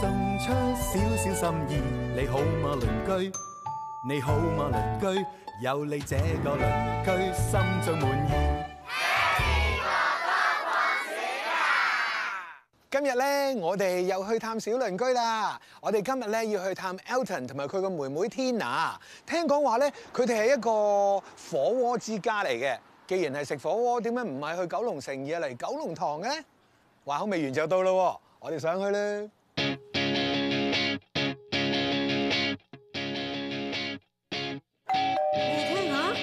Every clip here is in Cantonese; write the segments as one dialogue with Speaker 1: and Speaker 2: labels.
Speaker 1: 送出少少心意，你好嗎鄰居？你好嗎鄰居？有你這個鄰居，心中滿意。
Speaker 2: 今日咧，我哋又去探小鄰居啦。我哋今日咧要去探 Elton 同埋佢個妹妹 Tina。聽講話咧，佢哋係一個火鍋之家嚟嘅。既然係食火鍋，點解唔係去九龍城而係嚟九龍塘嘅咧？話口未完就到啦喎，我哋上去啦。
Speaker 3: 你聽下，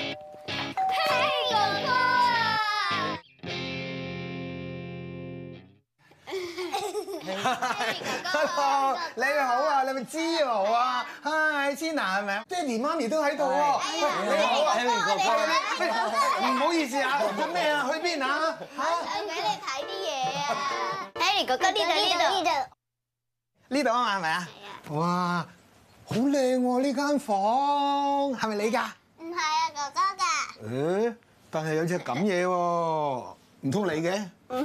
Speaker 2: Hello，你好啊，你咪知豪啊，Hi Tina 係咪？啊爹哋媽咪都喺度喎。喂你好啊，
Speaker 3: Henry 哥哥
Speaker 2: 喂喂唔好意思啊，做咩啊？去邊啊？嚇呢度啊嘛係咪啊？哇，好靚喎呢間房，係咪你㗎？誒，但係有隻咁嘢喎，唔通你嘅？
Speaker 3: Ừ,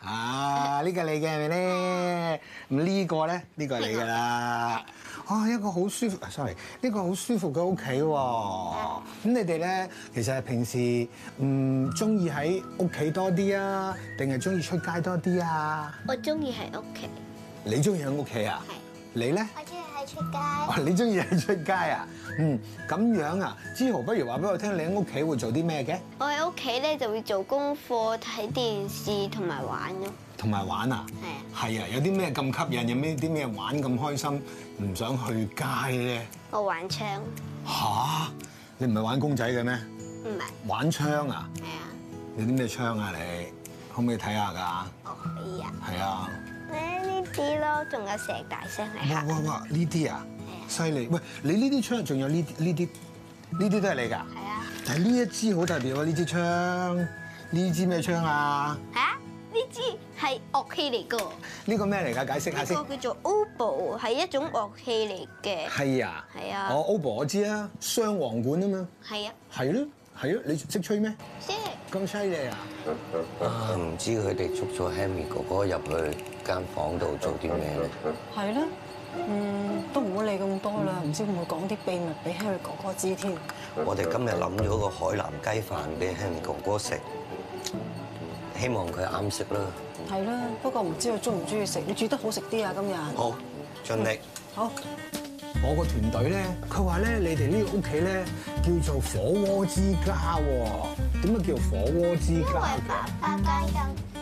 Speaker 3: à,
Speaker 2: 啊，呢個你嘅係咪咧？咁呢個咧，呢個係你㗎 啦。啊，一個好舒服啊，sorry，呢個好舒服嘅屋企喎。咁你哋咧，其實係平時唔中意喺屋企多啲啊，定係中意出街多啲啊？
Speaker 3: 我中意喺屋企，
Speaker 2: 你中意喺屋企啊？你咧？哦，你中意喺出街啊？嗯，咁樣啊，之豪不如話俾我聽，你喺屋企會做啲咩嘅？
Speaker 3: 我喺屋企咧就會做功課、睇電視同埋玩咯。
Speaker 2: 同埋玩啊？
Speaker 3: 係啊，
Speaker 2: 係啊，有啲咩咁吸引，有咩啲咩玩咁開心，唔想去街咧？
Speaker 3: 我玩槍，
Speaker 2: 吓？你唔係玩公仔嘅咩？
Speaker 3: 唔係，
Speaker 2: 玩槍啊？
Speaker 3: 係啊，
Speaker 2: 有啲咩槍啊？你可唔可以睇下㗎？
Speaker 3: 我可以啊。
Speaker 2: 係啊。
Speaker 3: 咧呢啲咯，仲有石大聲嚟
Speaker 2: 哇
Speaker 3: 嚇，
Speaker 2: 哇哇！呢啲啊，犀利！喂，你呢啲槍仲有呢啲呢啲呢啲都係你㗎？
Speaker 3: 係啊，
Speaker 2: 但係呢一支好特別喎，呢支槍，呢支咩槍啊？
Speaker 3: 係啊，呢支係樂器嚟㗎。
Speaker 2: 呢個咩嚟㗎？解釋下
Speaker 3: 呢
Speaker 2: 先。
Speaker 3: 個叫做 oboe，係一種樂器嚟嘅。
Speaker 2: 係啊，
Speaker 3: 係啊
Speaker 2: 我 OBO 我知啊，雙簧管啊嘛，
Speaker 3: 係啊，
Speaker 2: 係咯，係咯，你識吹咩？
Speaker 3: 即係
Speaker 2: 咁犀利啊！
Speaker 4: 啊，唔知佢哋捉咗 Henry 哥哥入去間房度做啲咩咧？
Speaker 5: 係啦，嗯，都唔好理咁多啦，唔知會唔會講啲秘密俾 Harry 哥哥知添。
Speaker 4: 我哋今日諗咗個海南雞飯俾 Henry 哥哥食，希望佢啱食啦。
Speaker 5: 係啦，不過唔知佢中唔中意食，你煮得好食啲啊今日。
Speaker 4: 好，盡力。
Speaker 5: 好，
Speaker 2: 我個團隊咧，佢話咧，你哋呢個屋企咧叫做火鍋之家喎，點解叫火鍋之
Speaker 6: 因為
Speaker 2: 家？
Speaker 6: 爸爸間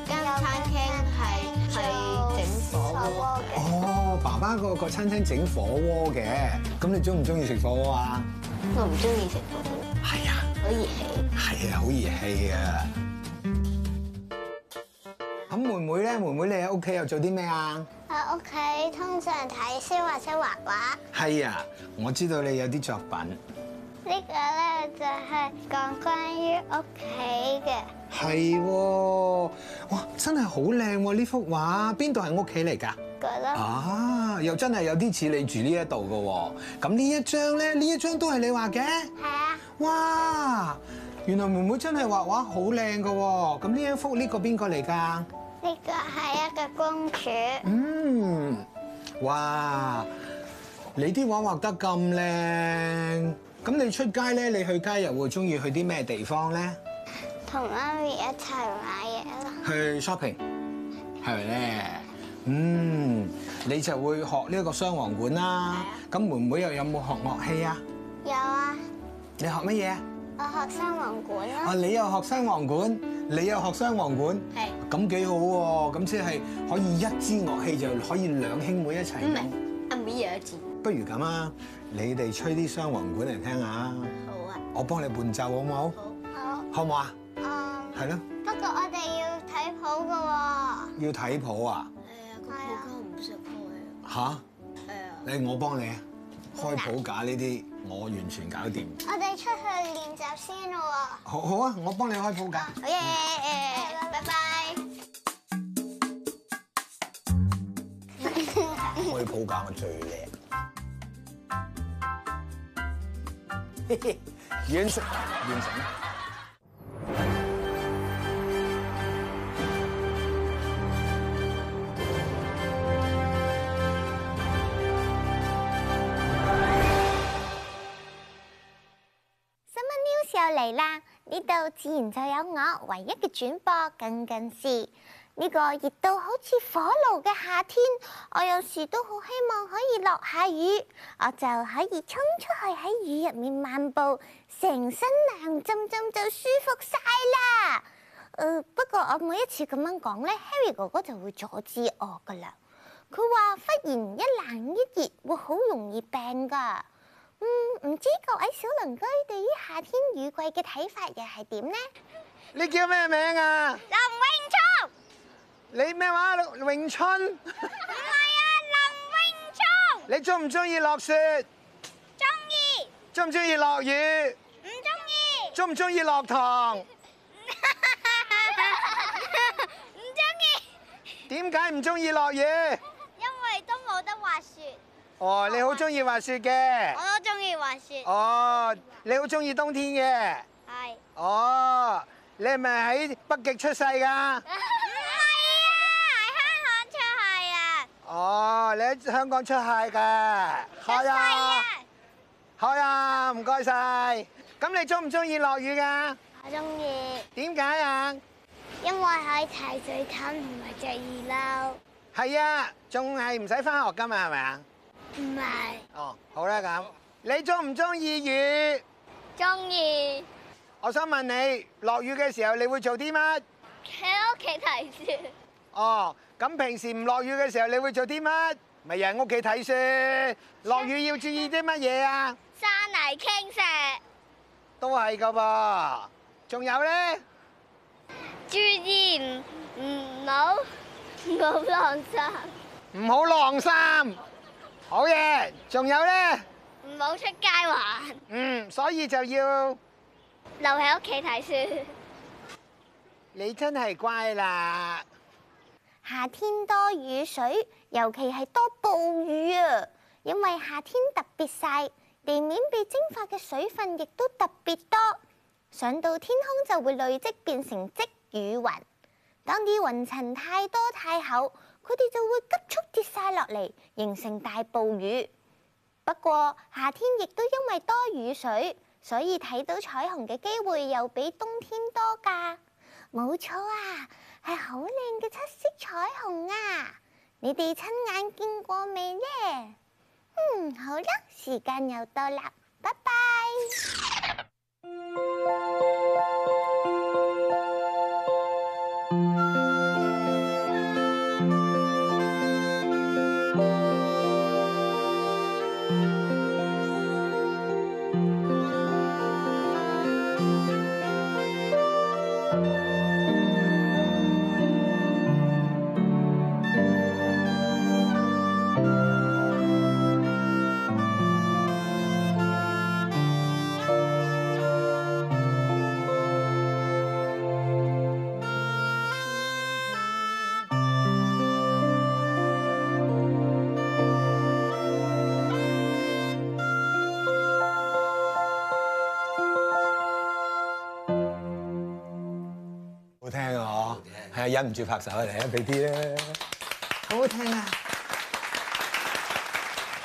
Speaker 6: 間
Speaker 3: 間餐廳係係整火
Speaker 6: 火鍋嘅，
Speaker 2: 哦，爸爸個個餐廳整火鍋嘅，咁你中唔中意食火鍋啊？
Speaker 3: 鍋，我唔中意食火鍋，
Speaker 2: 係啊，
Speaker 3: 好熱氣。
Speaker 2: 係啊，好熱氣啊！咁妹妹咧，妹妹你喺屋企又做啲咩啊？
Speaker 6: 喺屋企通常睇書或者畫畫。
Speaker 2: 係啊，我知道你有啲作品。
Speaker 6: 呢個咧就係講關於屋企嘅，
Speaker 2: 係喎，哇！真係好靚喎呢幅畫，邊度係屋企嚟㗎？
Speaker 6: 嗰
Speaker 3: Ờ.
Speaker 6: 咯，
Speaker 2: 啊，又真係有啲似你住呢一度嘅喎。咁呢一張咧，呢一張都係你畫嘅。
Speaker 6: 係啊，
Speaker 2: 哇！原來妹妹真係畫畫好靚嘅喎。咁呢一幅呢個邊個嚟㗎？
Speaker 6: 呢個係一個公主，
Speaker 2: 嗯，哇！你啲畫畫得咁靚，咁你出街咧，你去街又會中意去啲咩地方咧？
Speaker 6: 同媽咪一齊買嘢咯，
Speaker 2: 去 shopping 係咪咧？嗯，你就會學呢一個雙簧管啦。咁妹妹又有冇學樂器啊？
Speaker 6: 有啊，
Speaker 2: 你學乜嘢啊？
Speaker 6: 我學生王管
Speaker 3: Ờ.
Speaker 2: 啊，
Speaker 6: 咯，
Speaker 2: 你又學雙簧管，你又學雙簧管，
Speaker 3: 係
Speaker 2: 咁幾好喎！咁即係可以一支樂器就可以兩兄妹一齊
Speaker 3: 唔
Speaker 2: 用。
Speaker 3: 係，阿妹有一支。
Speaker 2: 不如咁啊，你哋吹啲雙簧管嚟聽下，
Speaker 3: 好啊，
Speaker 2: 我幫你伴奏好唔好？
Speaker 3: 好。
Speaker 6: 好，
Speaker 2: 好唔好啊？
Speaker 6: 嗯，
Speaker 2: 係咯，
Speaker 6: 不過我哋要睇譜譜噶喎。
Speaker 2: 要睇譜啊？
Speaker 3: 係啊，個鋪家唔識開
Speaker 2: 吓？
Speaker 3: 啊。係啊，
Speaker 2: 你我幫你啊！開譜架呢啲我完全搞掂。
Speaker 6: 我哋出去練習先咯喎。
Speaker 2: 好好啊，我幫你開譜 架。
Speaker 6: 好耶！拜拜。
Speaker 2: 開譜架我最叻。完成，完成啦。
Speaker 6: 新聞 news 又嚟啦！呢度自然就有我唯一嘅轉播近近視。呢個熱到好似火爐嘅夏天，我有時都好希望可以落下雨，我就可以衝出去喺雨入面漫步，成身涼浸浸就舒服晒啦。呃不過我每一次咁樣講呢 Harry 哥哥就會阻止我噶啦。佢話忽然一冷一熱會好容易病㗎。嗯，唔知各位小鄰居對於夏天雨季嘅睇法又係點呢？
Speaker 2: 你叫咩名啊？
Speaker 6: 林永聰，
Speaker 2: 你咩話？咏春？
Speaker 6: 唔係啊，林永聰，
Speaker 2: 你中唔中意落雪？
Speaker 6: 中意
Speaker 2: 中唔中意落雨？
Speaker 6: 唔中意？
Speaker 2: 中唔中意落堂？
Speaker 6: 唔中意，
Speaker 2: 點解唔中意落雨？
Speaker 6: 因為都冇得滑雪，
Speaker 2: 哦，你好中意滑雪嘅。
Speaker 6: 我都中意滑雪，
Speaker 2: 哦，你好中意冬天嘅。
Speaker 6: 係
Speaker 2: 哦，你係咪喺北極出世㗎？
Speaker 6: 唔係啊？喺香港出去啊，
Speaker 2: 哦，你喺香港出世㗎。開啊！開啊！唔該晒。咁你中唔中意落雨㗎？
Speaker 6: 我中意，
Speaker 2: 點解啊？
Speaker 6: 因為可以睇水灘同埋着雨褸，
Speaker 2: 係啊，仲係唔使翻學㗎嘛，係咪啊？
Speaker 6: 唔係
Speaker 2: 哦，好啦咁。你中唔中意雨？
Speaker 6: 中意
Speaker 2: 我想問你，落雨嘅時候你會做啲乜？
Speaker 6: 喺屋企睇雪。
Speaker 2: 哦，咁平時唔落雨嘅時候，你會做啲乜？咪又喺屋企睇書。落雨要注意啲乜嘢啊？
Speaker 6: 山泥傾瀉，
Speaker 2: 都係噶噃。仲有咧，
Speaker 6: 注意唔唔好唔好晾衫，
Speaker 2: 唔好晾衫。好嘢。仲有咧，
Speaker 6: 唔好出街玩，
Speaker 2: 嗯，所以就要
Speaker 6: 留喺屋企睇書。
Speaker 2: 你真係乖啦。
Speaker 6: 夏天多雨水，尤其係多暴雨啊！因為夏天特別曬，地面被蒸發嘅水分亦都特別多，上到天空就會累積變成積雨雲。當啲雲層太多太厚，佢哋就會急速跌晒落嚟，形成大暴雨。不過夏天亦都因為多雨水，所以睇到彩虹嘅機會又比冬天多㗎。冇錯啊，係好靚嘅七色彩虹啊！你哋親眼見過未呢？嗯，好啦，時間又到啦，拜拜。
Speaker 2: 好聽啊！係啊，忍唔住拍手嚟啊，俾啲啦，好好聽啊！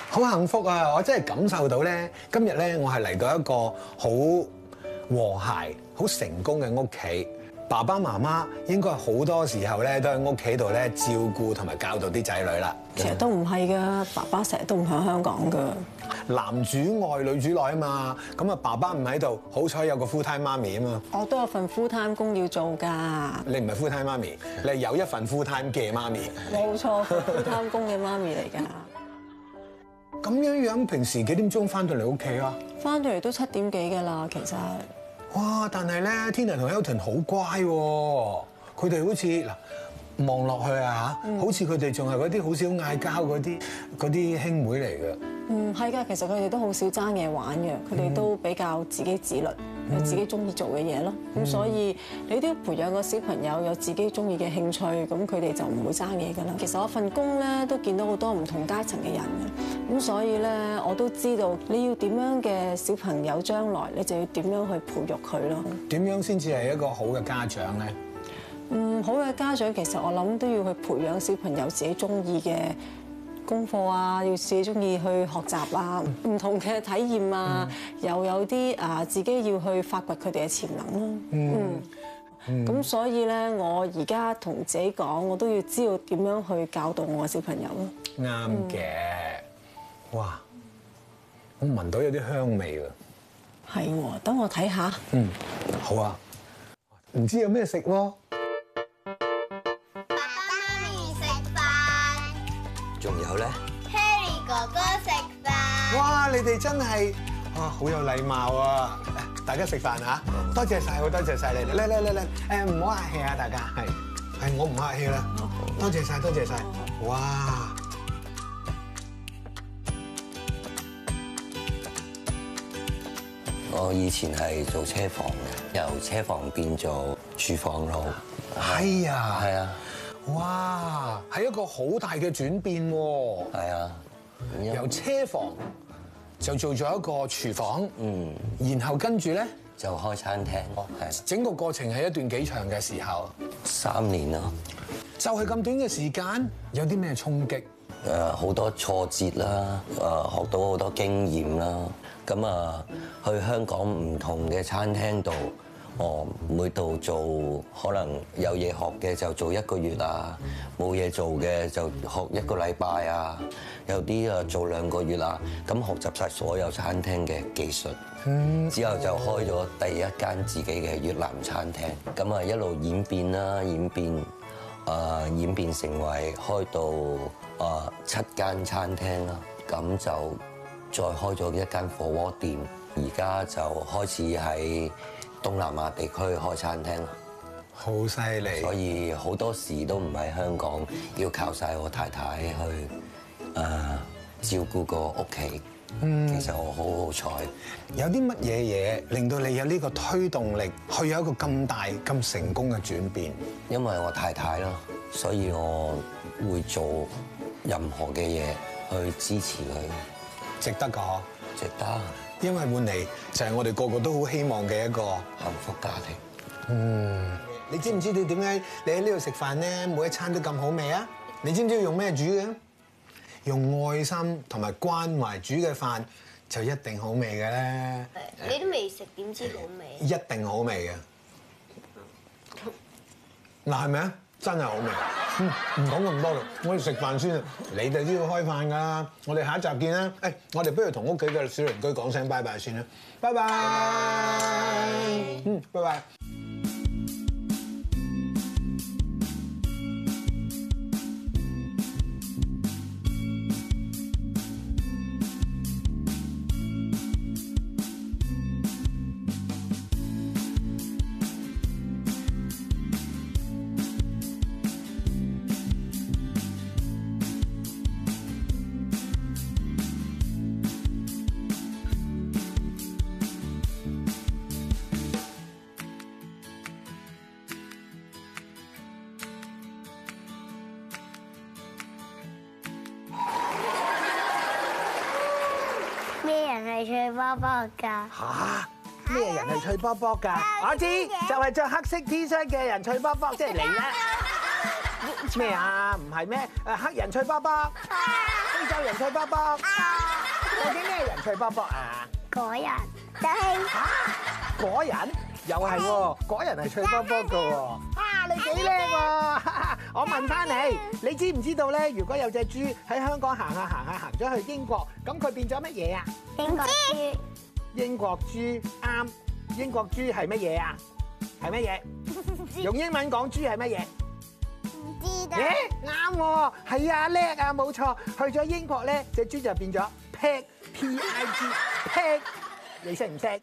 Speaker 2: 好幸福啊！我真係感受到咧，今日咧我係嚟到一個好和諧、好成功嘅屋企。爸爸媽媽應該好多時候咧都喺屋企度咧照顧同埋教導啲仔女啦。
Speaker 5: 其實都唔係噶，爸爸成日都唔喺香港噶。
Speaker 2: 男主外女主內啊嘛，咁啊爸爸唔喺度，好彩有個 full time 媽咪啊嘛。
Speaker 5: 我都有份 full time 工要做㗎，
Speaker 2: 你唔係 full time 媽咪，你係有一份 full time 嘅媽咪。
Speaker 5: 冇錯，full time 工嘅媽咪嚟㗎。
Speaker 2: 咁樣樣，平時幾點鐘翻到嚟屋企啊？
Speaker 5: 翻到嚟都七點幾㗎啦，其實
Speaker 2: 哇！但係咧，Tina 同 Elton 好乖喎，佢哋好似嗱望落去啊嚇，好似佢哋仲係嗰啲好少嗌交嗰啲嗰啲兄妹嚟嘅。
Speaker 5: 嗯，係㗎，其實佢哋都好少爭嘢玩嘅，佢哋都比較自己自律，有自己中意做嘅嘢咯。咁所以你都要培養個小朋友有自己中意嘅興趣，咁佢哋就唔會爭嘢㗎啦。其實我份工咧都見到好多唔同階層嘅人嘅，咁所以咧我都知道你要點樣嘅小朋友將來，你就要點樣去培育佢咯。
Speaker 2: 點樣先至係一個好嘅家長咧？
Speaker 5: 嗯，好嘅家長其實我諗都要去培養小朋友自己中意嘅功課啊，要自己中意去學習啊，唔同嘅體驗啊，又有啲啊自己要去發掘佢哋嘅潛能咯。嗯，咁、所以咧，我而家同自己講，我都要知道點樣去教導我嘅小朋友咯。
Speaker 2: 啱嘅。哇！我聞到有啲香味啦。
Speaker 5: 係喎，等我睇下。
Speaker 2: 嗯，好啊。唔知有咩食喎？
Speaker 6: 爸爸媽咪食飯
Speaker 4: 仲有咧，
Speaker 6: ，Harry 哥哥食飯。
Speaker 2: 哇！你哋真係啊，好有禮貌啊！大家食飯嚇，多謝晒，好多謝晒你哋。嚟嚟嚟嚟，誒唔好客氣啊，大家係係我唔客氣啦，多謝晒，多謝晒。哇！
Speaker 4: 我以前係做車房嘅，由車房變做廚房佬，
Speaker 2: 係啊，
Speaker 4: 係啊，
Speaker 2: 哇！係一個好大嘅轉變喎，
Speaker 4: 係啊，因
Speaker 2: 由車房就做咗一個廚房，嗯，然後跟住咧，
Speaker 4: 就開餐廳，係
Speaker 2: 整個過程係一段幾長嘅時候，
Speaker 4: 三年咯。
Speaker 2: 就係咁短嘅時間，有啲咩衝擊？
Speaker 4: 誒呃好多挫折啦，誒學到好多經驗啦。咁啊，去香港唔同嘅餐廳度，我每度做可能有嘢學嘅就做一個月啊，冇嘢做嘅就學一個禮拜啊，有啲啊做兩個月啊。咁學習晒所有餐廳嘅技術，之後就開咗第一間自己嘅越南餐廳。咁啊一路演變啦，演變。誒演變成為開到誒七間餐廳啦，咁就再開咗一間火鍋店，而家就開始喺東南亞地區開餐廳啦，
Speaker 2: 好犀利
Speaker 4: 所以好多時都唔喺香港，要靠晒我太太去誒、照顧個屋企。其實我好好彩，
Speaker 2: 有啲乜嘢嘢令到你有呢個推動力，去有一個咁大、咁成功嘅轉變？
Speaker 4: 因為我太太啦，所以我會做任何嘅嘢去支持佢，
Speaker 2: 值得㗎呵，
Speaker 4: 值得
Speaker 2: 因為換嚟就係我哋個個都好希望嘅一個。
Speaker 4: 幸福家庭。
Speaker 2: 你知唔知你點解你喺呢度食飯咧，每一餐都咁好味啊？你知唔知要用咩煮嘅？用愛心同埋關懷煮嘅飯就一定好味嘅咧，
Speaker 3: 你都未食，點知好味？
Speaker 2: 一定好味嘅。嗱係咪啊？真係好味。嗯唔講咁多啦，我哋食飯先啊！你哋都要開飯㗎啦，我哋下一集見啦。誒，我哋不如同屋企嘅小鄰居講聲拜拜先啦，拜拜。嗯，拜拜。
Speaker 6: 咩人係脆卜卜㗎？
Speaker 7: 嚇！咩人係脆卜卜㗎？我知，就係着黑色 T 恤嘅人脆卜 卜，即係你啦。咩啊？唔係咩？誒黑人脆卜卜，非洲人脆卜卜，究竟咩人脆卜卜啊？
Speaker 6: 嗰人就係、
Speaker 7: 果人又係喎，果人係脆卜卜㗎喎。啊，你幾叻喎！ 我問翻你，你知唔知道咧？如果有隻豬喺香港行下行下行咗去英國，咁佢變咗乜嘢啊？
Speaker 6: 英國豬，
Speaker 7: 英國豬啱，英國豬係乜嘢啊？係乜嘢？用英文講豬係乜嘢？
Speaker 6: 唔知
Speaker 7: 咦，啱喎，係啊，叻啊，冇錯。去咗英國咧，只豬就變咗 pig，p i g pig，你識唔識？